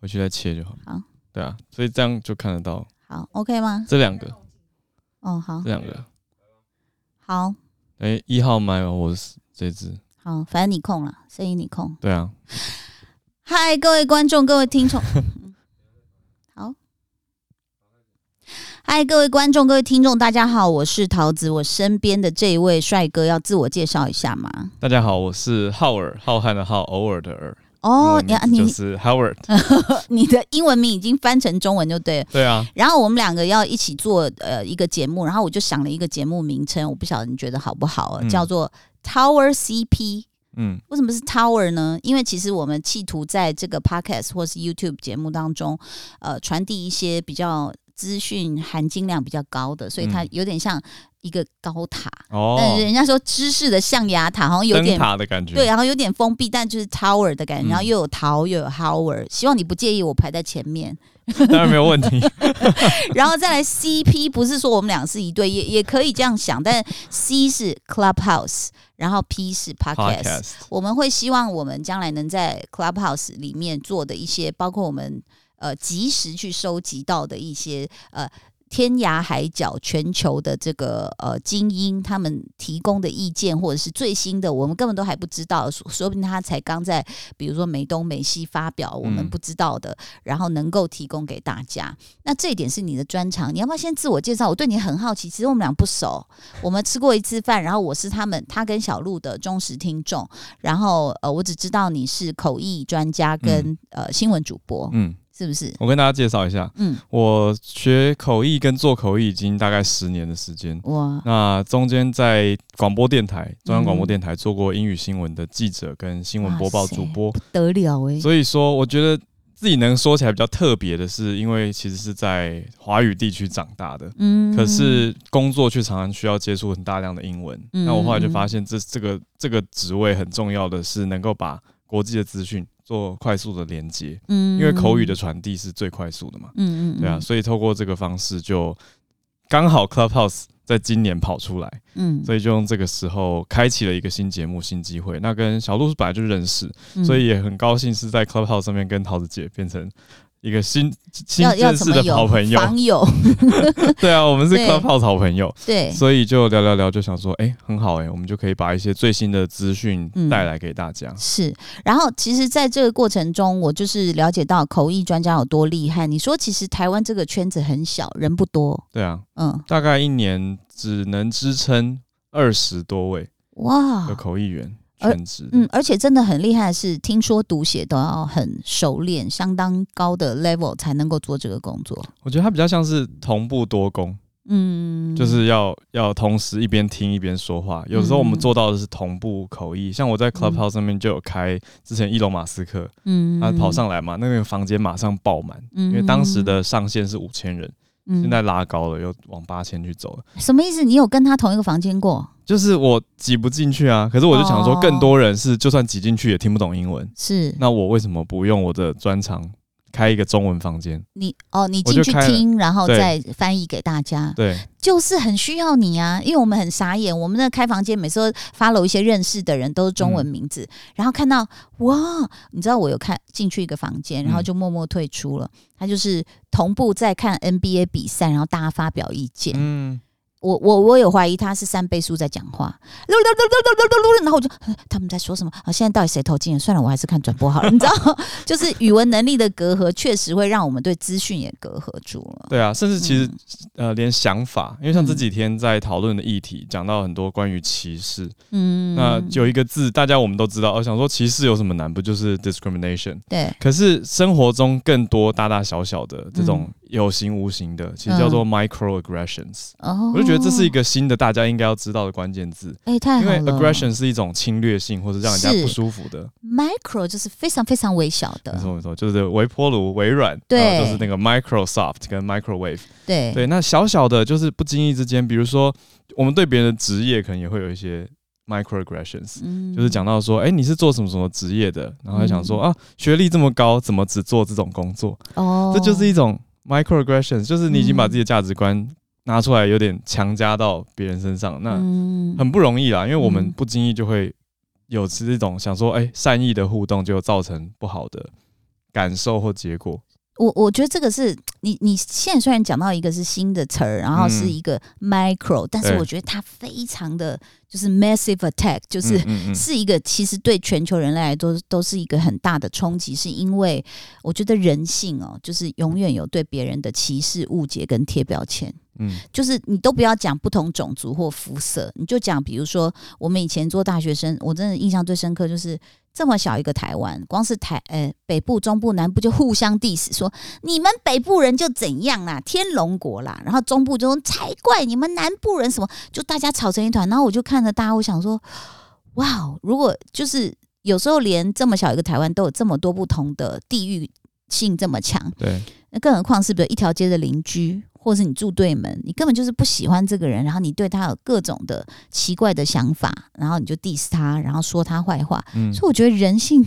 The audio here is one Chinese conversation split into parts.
回去再切就好。好，对啊，所以这样就看得到好，OK 吗？这两个，哦，好，这两个。好，哎、一号麦哦我是这只，好，反正你控了，声音你控。对啊，嗨，各位观众，各位听众，嗯好。嗨，各位观众，各位听众，大家好，我是桃子。我身边的这一位帅哥要自我介绍一下吗？大家好，我是浩尔，浩瀚的浩，偶尔的尔。哦，你英文名字你就是 Howard。你的英文名已经翻成中文就对了。对啊，然后我们两个要一起做呃一个节目，然后我就想了一个节目名称，我不晓得你觉得好不好哦，嗯叫做 Tower CP。嗯为什么是 Tower 呢？因为其实我们企图在这个 Podcast 或是 YouTube 节目当中，呃，传递一些比较资讯含金量比较高的，所以它嗯有点像一个高塔，但哦是，人家说知识的象牙塔好像有灯点。塔的感觉。对，然啊后有点封闭，但就是 tower 的感觉，嗯然后又有桃又有 Howard，希望你不介意我排在前面。 当然没有问题。然后再来 CP，不是说我们俩是一对，也也可以这样想，但 C 是 Clubhouse，然后 P 是 Podcast。 Podcast 我们会希望我们将来能在 Clubhouse 里面做的一些，包括我们呃及时去收集到的一些呃。天涯海角、全球的这个呃精英，他们提供的意见或者是最新的，我们根本都还不知道，说说不定他才刚在比如说美东、美西发表我们嗯不知道的，然后能够提供给大家。那这一点是你的专长，你要不要先自我介绍？我对你很好奇，其实我们俩不熟，我们吃过一次饭，然后我是他们他跟小鹿的忠实听众，然后呃，我只知道你是口译专家跟、呃新闻主播，嗯，是不是？我跟大家介绍一下，嗯，我学口译跟做口译已经大概十年的时间。哇，那中间在广播电台，中央广嗯播电台做过英语新闻的记者跟新闻播报主播，不得了哎、所以说我觉得自己能说起来比较特别的是，因为其实是在华语地区长大的，嗯可是工作却常常需要接触很大量的英文。嗯那我后来就发现这这个这个职位很重要的是能够把国际的资讯做快速的连接，嗯因为口语的，传递是最快速的嘛。嗯嗯，对啊，所以透过这个方式就刚好 Clubhouse 在今年跑出来，嗯，所以就用这个时候开启了一个新节目、新机会。那跟小鹿本来就认识，嗯所以也很高兴是在 Clubhouse 上面跟桃子姐变成一个新新要要认怎识么的有好朋友。访友？ 对啊，我们是对 Clubhouse 好朋友，对，所以就聊聊聊，就想说，哎、很好哎、我们就可以把一些最新的资讯嗯带来给大家。是，然后其实，在这个过程中，我就是了解到口译专家有多厉害。你说，其实台湾这个圈子很小，人不多，对啊，嗯，大概一年只能支撑二十多位的哇，口译员啊而全职的。嗯，而且真的很厉害的是，听说读写都要很熟练，相当高的 level 才能够做这个工作。我觉得它比较像是同步多工，嗯，就是要要同时一边听一边说话。有时候我嗯们做到的是同步口译，像我在 Clubhouse 上面就有开，之前伊隆马斯克嗯他跑，上来嘛，那个房间马上爆满，因因为当时的上限是五千人，现现在拉高了，又往八千去走了。嗯什么意思？你有跟他同一个房间过？就是我挤不进去啊，可是我就想哦说，更多人是就算挤进去也听不懂英文，是那我为什么不用我的专长开一个中文房间？你哦，你我进就去开了听，然后对再翻译给大家，对，就是很需要你啊，因为我们很傻眼，我们那开房间每次都 follow 一些认识的人，都是中文名字，然后看到哇，你知道我有看进去一个房间，然后嗯就默默退出了，他就是同步在看 NBA 比赛，然后大家发表意见，嗯，我我我有怀疑他是三倍速在讲话，然后我就呃他们在说什么啊？现在到底谁投进了？算了，我还是看转播好了。你知道，就是语文能力的隔阂，确实会让我们对资讯也隔阂住了。对啊，甚至其实嗯呃，连想法，因为像嗯这几天在讨论的议题，讲到很多关于歧视，嗯，那有一个字大家我们都知道，哦我想说歧视有什么难？不就是 discrimination？对，可是生活中更多大大小小的这嗯种有形无形的，其实叫做 microaggressions。哦，我就觉得这是一个新的大家应该要知道的关键字，哎、太因好了为 aggression 是一种侵略性或者让人家是不舒服的。 micro 就是非常非常微小没的，错没错，就是微波炉微软，对然后就是那个 Microsoft 跟 microwave。对对，那小小的，就是不经意之间，比如说我们对别人的职业可能也会有一些 microaggressions，、嗯就是讲到说，哎、你是做什么什么职业的？然后还想说、嗯啊，学历这么高，怎么只做这种工作？哦，这就是一种 microaggressions，就是你已经把嗯自己的价值观拿出来，有点强加到别人身上，那嗯很不容易啦，因为我们嗯不经意就会有这种想说，哎、善意的互动就造成不好的感受或结果。我我觉得这个是你你现在虽然讲到一个是新的词儿，然后是一个 micro，、但是嗯对我觉得它非常的就是 massive attack，就是、嗯嗯 嗯是一个其实对全球人类来都都是一个很大的冲击，是因为我觉得人性哦，就是永远有对别人的歧视、误解跟贴标签。嗯就是你都不要讲不同种族或肤色，你就讲，比如说我们以前做大学生，我真的印象最深刻就是这么小一个台湾，光是台呃北部、中部、南部就互相 diss 说你们北部人就怎样啦，天龙国啦，然后中部就说才怪你们南部人什么，就大家吵成一团，然后我就看着大家，我想说，哇哦，如果就是有时候连这么小一个台湾都有这么多不同的地域性这么强，对，那更何况是比如一条街的邻居，或是你住对门，你根本就是不喜欢这个人，然后你对他有各种的奇怪的想法，然后你就 diss 他，然后说他坏话。 嗯，所以我觉得人性，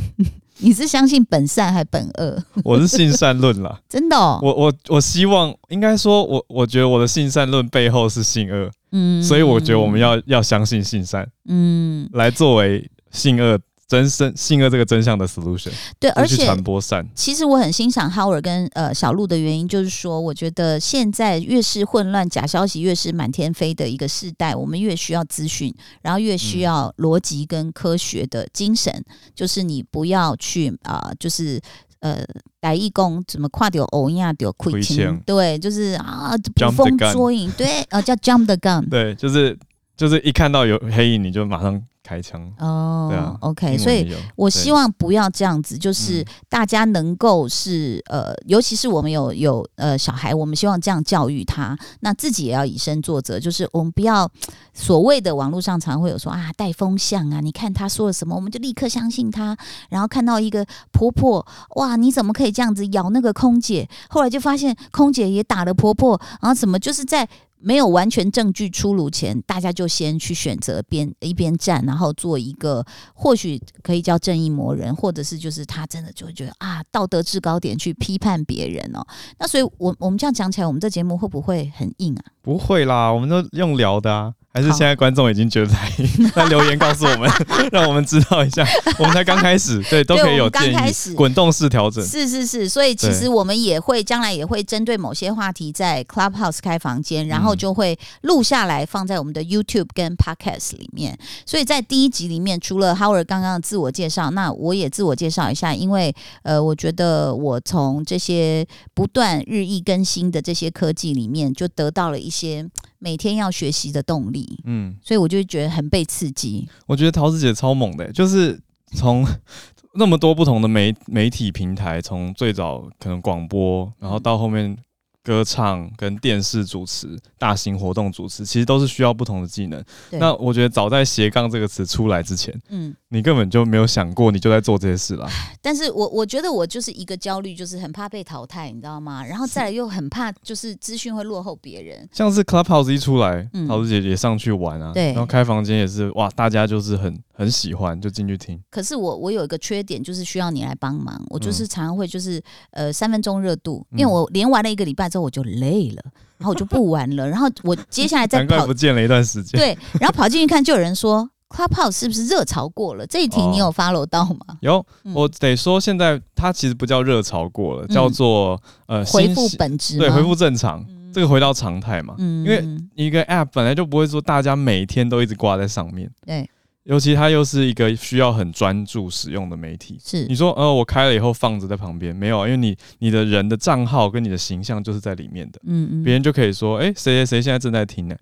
你是相信本善还本恶？我是性善论啦。真的、哦，我我我希望，应该说我，我觉得我的性善论背后是性恶，嗯所以我觉得我们，要要相信性善，嗯，来作为性恶真真性恶这个真相的 solution，对，就而去且传播善。其实我很欣赏 Howard 跟呃小鹿的原因，就是说，我觉得现在越是混乱、假消息越是满天飞的一个时代，我们越需要资讯，然后越需要嗯逻辑跟科学的精神，就是你不要去啊、就是。呃，逮义工怎么跨掉欧亚掉亏亏钱欠？对，就是啊，捕 Jump the 风 gun 捉影，对，呃，叫 jump the gun，对，啊就是就是一看到有黑影你就马上开枪。对啊、哦 o 英 k 文所以也有我对希望不要这样子，就是嗯大家能够是呃，尤其是我们有有呃小孩，我们希望这样教育他，那自己也要以身作则，就是我们不要所谓的网络上常会有说啊带风向啊，你看他说了什么，我们就立刻相信他，然后看到一个婆婆哇，你怎么可以这样子咬那个空姐？后来就发现空姐也打了婆婆，然后怎么就是在没有完全证据出炉前，大家就先去选择边一边站，然后做一个或许可以叫正义魔人，或者是就是他真的就会觉得啊道德制高点去批判别人哦。那所以我我们这样讲起来，我们这节目会不会很硬啊？不会啦，我们都用聊的啊。还是好现在观众已经觉 得来来留言告诉我们，让我们知道一下，我们才刚开始，对，都对可以我有们刚建开议，始滚动式调整。是是是，所以其对实我们也会将来也会针对某些话题在 Clubhouse 开房间，然后嗯就会录下来放在我们的 YouTube 跟 Podcast 里面。所以在第一集里面，除了 Howard 刚刚的自我介绍，那我也自我介绍一下，因为呃，我觉得我从这些不断日益更新的这些科技里面，就得到了一些每天要学习的动力，嗯，所以我就觉得很被刺激。我觉得桃子姐超猛的、欸就是从 那么多不同的媒媒体平台，从最早可能广播，然后到后面歌唱跟电视主持、大型活动主持，其实都是需要不同的技能。对那我觉得早在斜杠这个词出来之前，嗯，你根本就没有想过你就在做这些事 啦。但是我我觉得我就是一个焦虑，就是很怕被淘汰，你知道吗？然后再来又很怕就是资讯会落后别人。像是 Clubhouse 一出来嗯，桃子姐也上去玩啊，对然后开房间也是哇，大家就是很很喜欢，就进去听。可是我我有一个缺点，就是需要你来帮忙。我嗯就是常常会就是、呃三分钟热度，因为我连玩了一个礼拜之后我就累了，然后我就不玩了。然后我接下来 再难怪跑不见了一段时间。对，然后跑进去看，就有人说 Clubhouse 是不是热潮过了？这一题你有 follow 到吗？有，嗯哦我得说，现在它其实不叫热潮过了，嗯叫做呃回新复系本质对吗回复正常，这个回到常态嘛。嗯因为一个 App 本来就不会说大家每天都一直挂在上面，对尤其它又是一个需要很专注使用的媒体。是你说呃，我开了以后放着在旁边没有啊，因为你你的人的账号跟你的形象就是在里面的。嗯别嗯人就可以说，哎、谁谁谁现在正在听呢、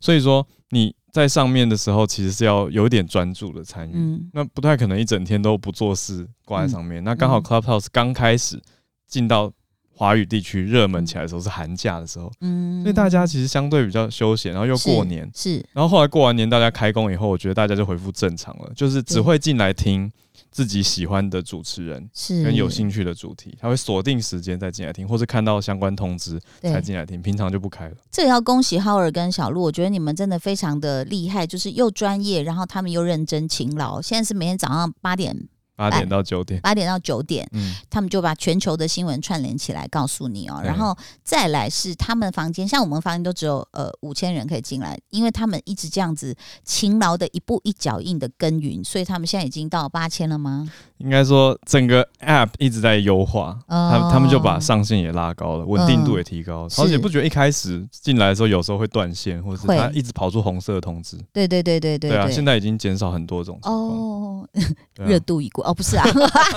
所以说你在上面的时候，其实是要有点专注的参与，嗯那不太可能一整天都不做事挂在上面。那刚好嗯 Clubhouse 刚开始进到华语地区热门起来的时候是寒假的时候，嗯，所以大家其实相对比较休闲，然后又过年。是然后后来过完年，大家开工以后，我觉得大家就恢复正常了，就是只对会进来听自己喜欢的主持人是跟有兴趣的主题，他会锁定时间再进来听，或是看到相关通知对才进来听，平常就不开了。这个要恭喜浩尔跟小鹿，我觉得你们真的非常的厉害，就是又专业，然后他们又认真勤劳。现在是每天早上八点八点到九点，八点到九点，嗯，他们就把全球的新闻串联起来告诉你哦，对然后再来是他们房间，像我们房间都只有呃五千人可以进来，因为他们一直这样子勤劳的一步一脚印的耕耘，所以他们现在已经到八千了吗？应该说整个 app 一直在优化，哦嗯他们他们就把上限也拉高了，稳定度也提高了。是而且不觉得一开始进来的时候有时候会断线，或者是会它一直跑出红色的通知，对对对对对对啊，现在已经减少很多这种情况。哦，对啊热度已过哦，不是啊，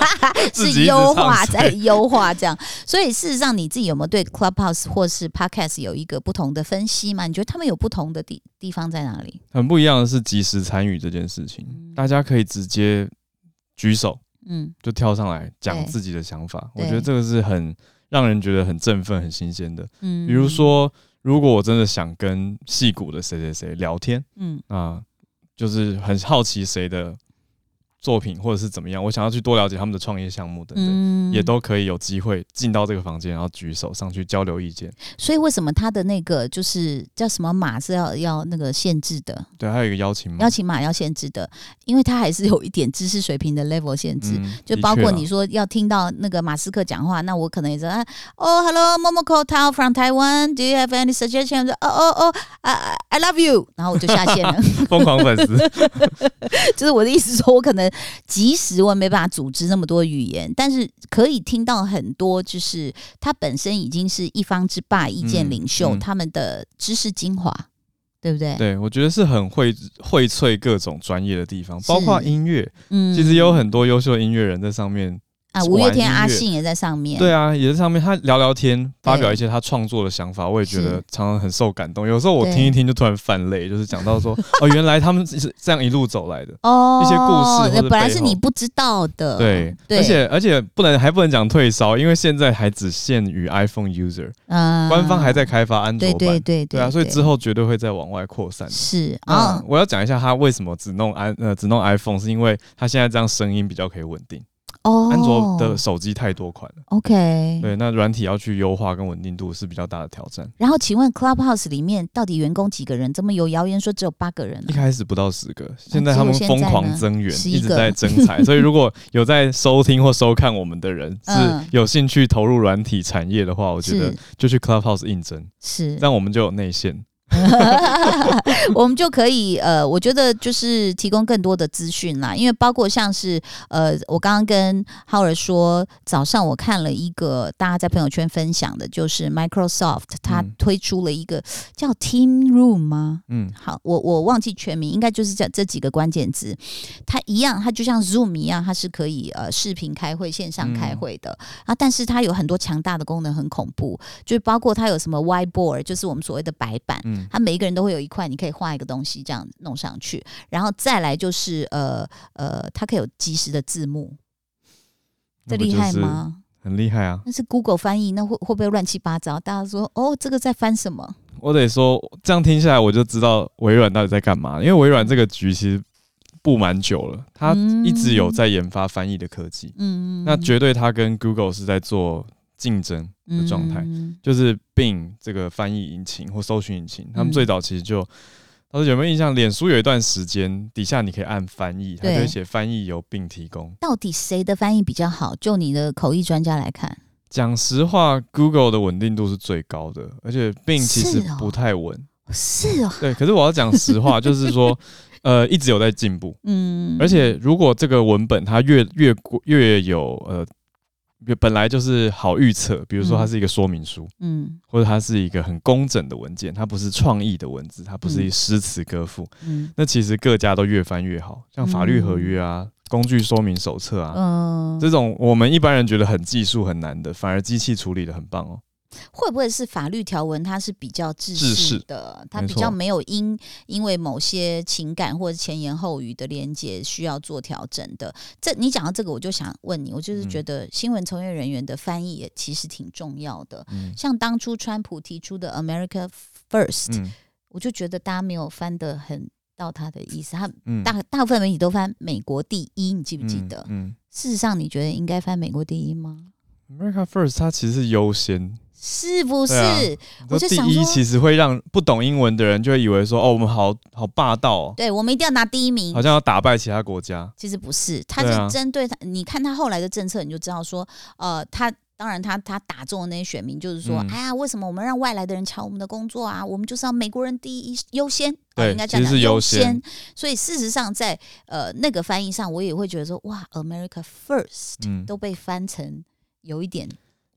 自是己一直唱优化在衰优化这样。所以事实上，你自己有没有对 Clubhouse 或是 Podcast 有一个不同的分析吗？你觉得他们有不同的地地方在哪里？很不一样的是及时参与这件事情，嗯大家可以直接举手嗯，就跳上来讲对自己的想法，我对觉得这个是很让人觉得很振奋、很新鲜的。嗯比如，说，如果我真的想跟戏骨的谁谁谁聊天嗯啊，就是很好奇谁的作品或者是怎么样，我想要去多了解他们的创业项目等等。嗯也。都可以有机会进到这个房间，然后举手上去交流意见。所以为什么他的那个就是叫什么码是要要那个限制的，对，还有一个邀请码，邀请码要限制的，因为他还是有一点知识水平的 level 限制。嗯就包括，的 确你啦说要听到那个马斯克讲话，那我可能也是啊，哦，hello Momoko Tao from Taiwan，do you have any suggestion？哦哦哦，啊，I love you，然后我就下线 了。疯狂粉丝，就是我的意思说，我可能即使我没办法组织那么多语言，但是可以听到很多，就是他本身已经是一方之霸、意见领袖，嗯他们的知识精华，对不对？对，我觉得是很荟荟萃各种专业的地方，包括是音乐。嗯其实有很多优秀的音乐人在上面，啊，玩五月天音乐阿信也在上面，对啊，也在上面他聊聊天，发表对一些他创作的想法，我也觉得是常常很受感动。有时候我对听一听就突然泛泪，就是讲到 说，哦，原来他们是这样一路走来的。哦，一些故事或者本来是背后你不知道的，对，呃对，而且而且不能还不能讲退烧，因为现在还只限于 iPhone user，、嗯官方还在开发安卓对版。对对对啊，所以之后后绝对会再往外扩散。是啊啊，，我要讲一下他为什么只弄安呃只弄 iPhone，是因为他现在这样声音比较可以稳定。哦，安卓的手机太多款了， OK，对，那软体要去优化跟稳定度是比较大的挑战。然后请问 Clubhouse 里面到底员工几个人？怎么有谣言说只有八个人啊一呢？开始不到十个，哦现在他们疯狂增援，结果现在呢一直11在个增 财。所以如果有在收听或收看我们的人嗯是有兴趣投入软体产业的话，我觉得是就去 Clubhouse 应征，是这，样我们就有内线。 我们就可以呃，我觉得就是提供更多的资讯啦，因为包括像是呃，我刚刚跟浩尔说，早上我看了一个大家在朋友圈分享的，就是 Microsoft 它嗯推出了一个叫 Team Room 吗？嗯，好，我我忘记全名，应该就是这这几个关键字。它一样，它就像 Zoom 一样，它是可以呃视频开会、线上嗯开会的、啊。但是它有很多强大的功能，很恐怖，就包括它有什么 Whiteboard，就是我们所谓的白板。嗯它每一个人都会有一块，你可以画一个东西这样弄上去，然后再来就是呃呃，它可以有及时的字幕，这那不厉就是害吗？很厉害啊！那是 Google 翻译，那会会不会乱七八糟？大家说哦，这个在翻什么？我得说，这样听下来我就知道微软到底在干嘛，因为微软这个局其实布蛮久了，它一直有在研发翻译的科技，嗯，那绝对它跟 Google 是在做竞争的状态。嗯就是 Bing 这个翻译引擎或搜寻引擎，他们嗯最早其实就，当时有没有印象？脸书有一段时间底下你可以按翻译，它对就会写翻译由 Bing 提供。到底谁的翻译比较好？就你的口译专家来看，讲实话，Google 的稳定度是最高的，而且 Bing 其实是哦不太稳。是哦，对，可是我要讲实 话，就是说，呃，一直有在进步，嗯，而且如果这个文本它越越越有呃。越本来就是好预测，比如说它嗯是一个说明书，嗯或者它是一个很工整的文件，它不是创意的文字，它不是嗯诗词歌赋。嗯那其实各家都越翻越好，像法律合约啊、工具说明手册啊、嗯、这种，我们一般人觉得很技术很难的，反而机器处理的很棒哦。会不会是法律条文它是比较制制式式的，它没比较错没有因因为某些情感或者前言后语的连接需要做调整的？这你讲到这个，我就想问你，我就是嗯觉得新闻从业人员的翻译也其实挺重要的，嗯像当初川普提出的 America First，、嗯我就觉得大家没有翻得很到他的意思，他嗯大大部分媒体都翻美国第一，你记不记得？嗯事实上，你觉得应该翻美国第一吗？嗯，America First 它其实是优先是不是？对啊我就这第想一说其实会让不懂英文的人就会以为说，哦，我们好好霸道、哦，对我们一定要拿第一名好。像要打败其他国家。其实不是，他对啊是针对他。你看他后来的政策，你就知道说，呃，他当然他他打中的那些选民就是说，嗯哎呀，为什么我们让外来的人抢我们的工作啊？我们就是要美国人第一优先，啊对应该这其实样讲是优优先。所以事实上在，呃那个翻译上，我也会觉得说，哇，America First、嗯，都被翻成有一点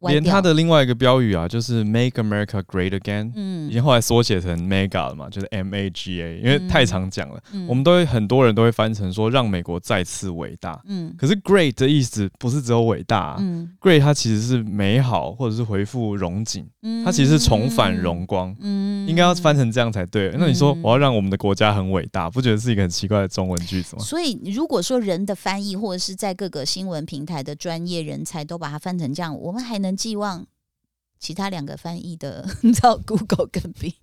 歪连掉他的另外一个标语啊，就是 Make America Great Again，、已嗯经后来缩写成 Mega 了嘛，就是 M A G A，因为太常讲了，嗯我们都会很多人都会翻成说让美国再次伟大。嗯可是 Great 的意思不是只有伟大啊、嗯 g r e a t 它其实是美好或者是回复荣景，嗯它其实是重返荣，光。嗯应该要翻成这样才对。那你说嗯我要让我们的国家很伟大，不觉得是一个很奇怪的中文句子吗？所以，如果说人的翻译，或者是在各个新闻平台的专业人才都把它翻成这样，我们还能寄望其他两个翻译的，你知道 Google 跟 Bing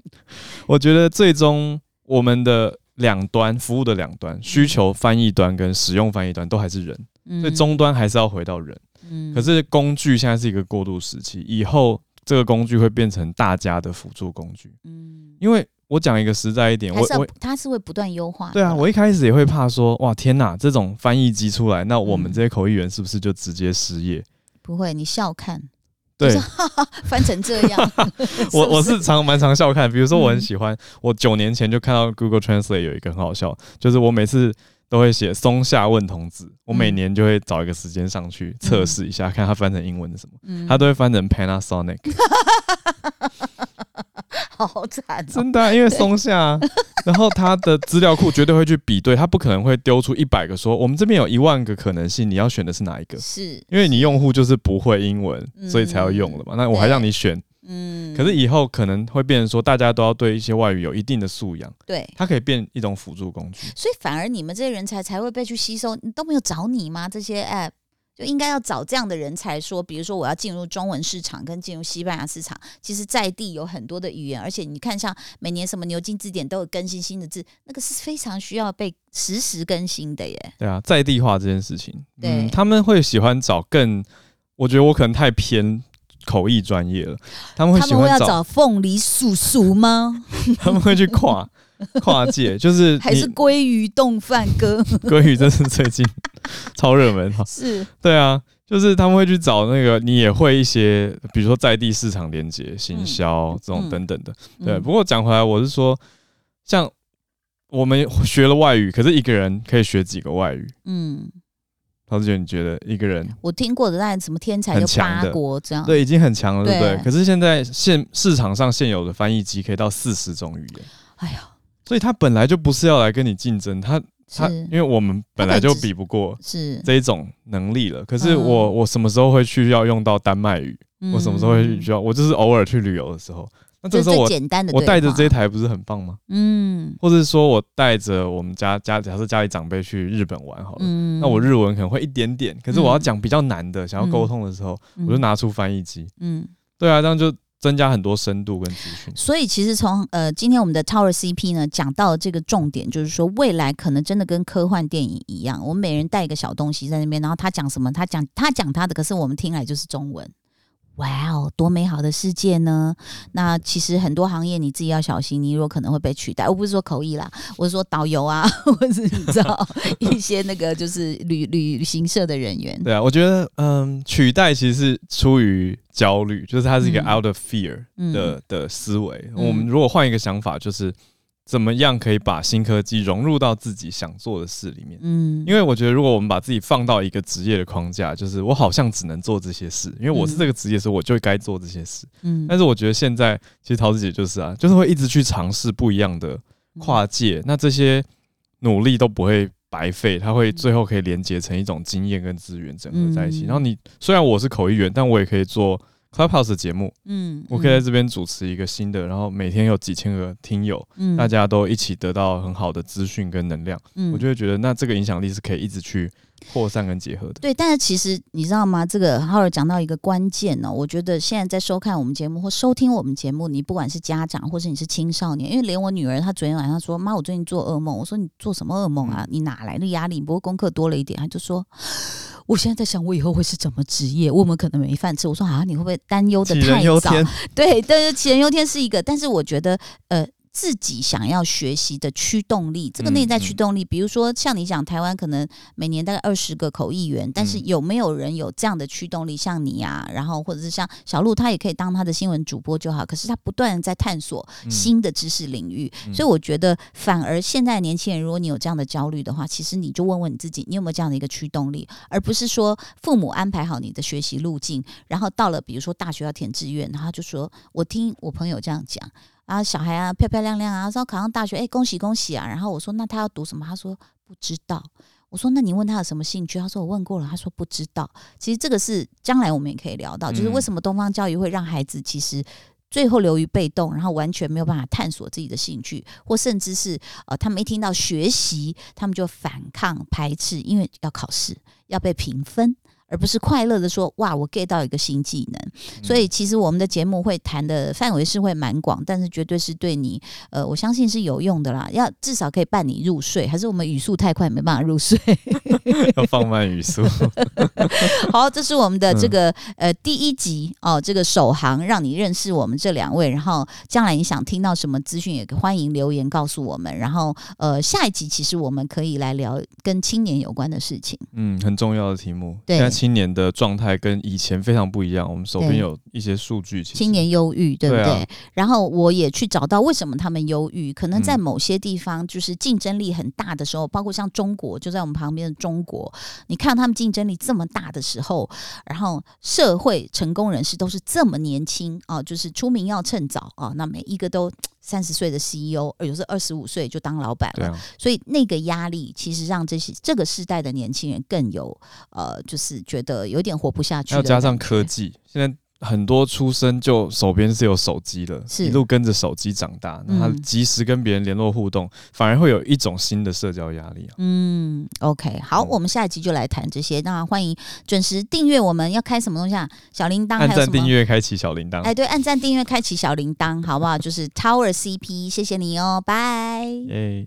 我觉得最终我们的两端服务的两端，需求翻译端跟使用翻译端都还是人，嗯所以终端还是要回到人。嗯可是工具现在是一个过渡时期，以后这个工具会变成大家的辅助工具。嗯，因为我讲一个实在一点，它我是要我它是会不断优化的对啊，我一开始也会怕说，哇天哪，这种翻译机出来，那我们嗯这些口译员是不是就直接失业？不会，你笑看，对就是，哈哈 翻成这样， 我我是不是常蛮常笑看，比如说我嗯很喜欢，我九年前就看到 Google Translate 有一个很好笑，就是我每次都会写松下问童子，我每嗯年就会找一个时间上去测试一下，看它翻成英文是什么，嗯它都会翻成 Panasonic，好惨哦， 真的啊、因为松下啊、然后它的资料库绝对会去比对，它不可能会丢出一百个说我们这边有一万个可能性，你要选的是哪一个？是，因为你用户就是不会英文，所以才要用嗯的嘛。那我还对让你选，嗯，可是以后可能会变成说，大家都要对一些外语有一定的素养。对。它可以变一种辅助工具。所以反而你们这些人才才会被去吸收，你都没有找你吗？这些 app 就应该要找这样的人才说，比如说我要进入中文市场跟进入西班牙市场，其实在地有很多的语言，而且你看像每年什么牛津字典都有更新新的字，那个是非常需要被实时更新的耶。对啊，在地化这件事情，对嗯，他们会喜欢找更，我觉得我可能太偏口译专业了，他们会他喜们会欢要找，找凤梨叔 叔吗？他们会去跨跨界，就是还是你鲑鱼冻饭哥？ 国语，真是最 近超热门哈。是，对啊，就是他们会去找那个你也会一些，比如说在地市场连接、行销、这种嗯等等的。 对，嗯不过讲回来，我是说，像我们学了外语，可是一个人可以学几个外语？嗯，陶志觉你觉得一个人我听过的那什么天才很就强八的国这样，对，已经很强了，对不对对？可是现在现市场上现有的翻译机可以到四十种语言，哎呀，所以他本来就不是要来跟你竞争，他他是因为我们本来就比不过是，这一种能力了。可是嗯我我什么时候会去要用到丹麦语？我什么时候会嗯需要？我就是偶尔去旅游的时候，那这个就是时候最我简单的对我话，带着这一台不是很棒吗？嗯或者说我带着我们家家假设家里长辈去日本玩好了。嗯，呃那我日文可能会一点点，可是我要讲比较难的，想要沟通的时候，嗯我就拿出翻译机，嗯，对啊，这样就增加很多深度跟资讯。所以其实从呃今天我们的 Tower CP 呢讲到这个重点，就是说未来可能真的跟科幻电影一样，我们每人带一个小东西在那边，然后他讲什么，他讲他讲他的，可是我们听来就是中文。哇哦，多美好的世界呢！那其实很多行业你自己要小心，你如果可能会被取代。我不是说口译啦，我是说导游啊，或是你 知道一些那个就是旅旅行社的人员。对啊，我觉得嗯，取代其实是出于焦虑，就是它是一个嗯 out of fear 的、嗯的思维。嗯我们如果换一个想法，就是怎么样可以把新科技融入到自己想做的事里面。嗯，因为我觉得，如果我们把自己放到一个职业的框架，就是我好像只能做这些事，因为我是嗯这个职业，所以我就该做这些事。嗯但是我觉得现在，其实桃子姐就是啊，就是会一直去尝试不一样的嗯跨界，那这些努力都不会白费，它会最后可以连接成一种经验跟资源整合在一起。嗯然后你虽然我是口译员，但我也可以做 Clubhouse 的节目，嗯，我可以在嗯这边主持一个新的，然后每天有几千个听友，嗯大家都一起得到很好的资讯跟能量，嗯我就会觉得那这个影响力是可以一直去扩散跟结合的。对，但是其实你知道吗？这个浩尔讲到一个关键呢、我觉得现在在收看我们节目或收听我们节目，你不管是家长或是你是青少年，因为连我女儿她昨天晚上说：“妈，我嗯最近做噩梦。”我说：“你做什么噩梦啊？你哪来的压力？你不过功课多了一点。”她就说：“我现在在想，我以后会是怎么职业？我们可能没饭吃。我说啊，你会不会担忧的杞太人忧早？天， 对，但是杞人忧天是一个，但是我觉得呃。自己想要学习的驱动力，这个嗯内在嗯驱动力，比如说像你讲，台湾可能每年大概二十个口译员，但是嗯有没有人有这样的驱动力？像你啊，然后或者是像小鹿，他也可以当他的新闻主播就好，可是他不断的在探索嗯新的知识领域，嗯所以我觉得反而现在的年轻人，如果你有这样的焦虑的话，其实你就问问你自己，你有没有这样的一个驱动力，而不是说父母安排好你的学习路径，然后到了比如说大学要填志愿，然后就说我听我朋友这样讲啊，小孩啊漂漂亮亮啊，说考上大学，哎、恭喜恭喜啊。然后我说那他要读什么？他说不知道。我说那你问他有什么兴趣？他说我问过了，他说不知道。其实这个是将来我们也可以聊到，就是嗯为什么东方教育会让孩子其实。最后流于被动，然后完全没有办法探索自己的兴趣，或甚至是呃，他们一听到学习，他们就反抗排斥，因为要考试，要被评分。而不是快乐的说哇，我 get 到一个新技能。所以其实我们的节目会谈的范围是会蛮广，但是绝对是对你呃，我相信是有用的啦。要至少可以伴你入睡，还是我们语速太快没办法入睡。 要放慢语 速。好，这是我们的这个、呃第一集哦，这个首航让你认识我们这两位，然后将来你想听到什么资讯也欢迎留言告诉我们。然后呃下一集其实我们可以来聊跟青年有关的事情。嗯，很重要的题目。对现在青年的状态跟以前非常不一样。我们手边对有一些数据，其实青年忧郁，对不对？对啊然后我也去找到为什么他们忧郁，可能在嗯某些地方就是竞争力很大的时候，包括像中国就在我们旁边的中国，你看他们竞争力这么大的时候，然后社会成功人士都是这么年轻啊、就是出名要趁早啊、那每一 个都三十岁的 CEO，有时二十五岁就当老板对了，啊，所以那个压力其实让这些这个世代的年轻人更有呃，就是觉得有点活不下去还有了。加上科技，现在很多出生就手边是有手机的，是一路跟着手机长大，那他嗯及时跟别人联络互动，反而会有一种新的社交压力啊。嗯，OK，好，嗯我们下一集就来谈这些。那欢迎准时订阅我们，要开什么东西啊？小铃铛按还有赞、什订么？阅、啊开启小铃铛哎，，对，按赞、订阅、开启小铃铛，好不好？就是 Tower CP，谢谢你哦，拜。耶。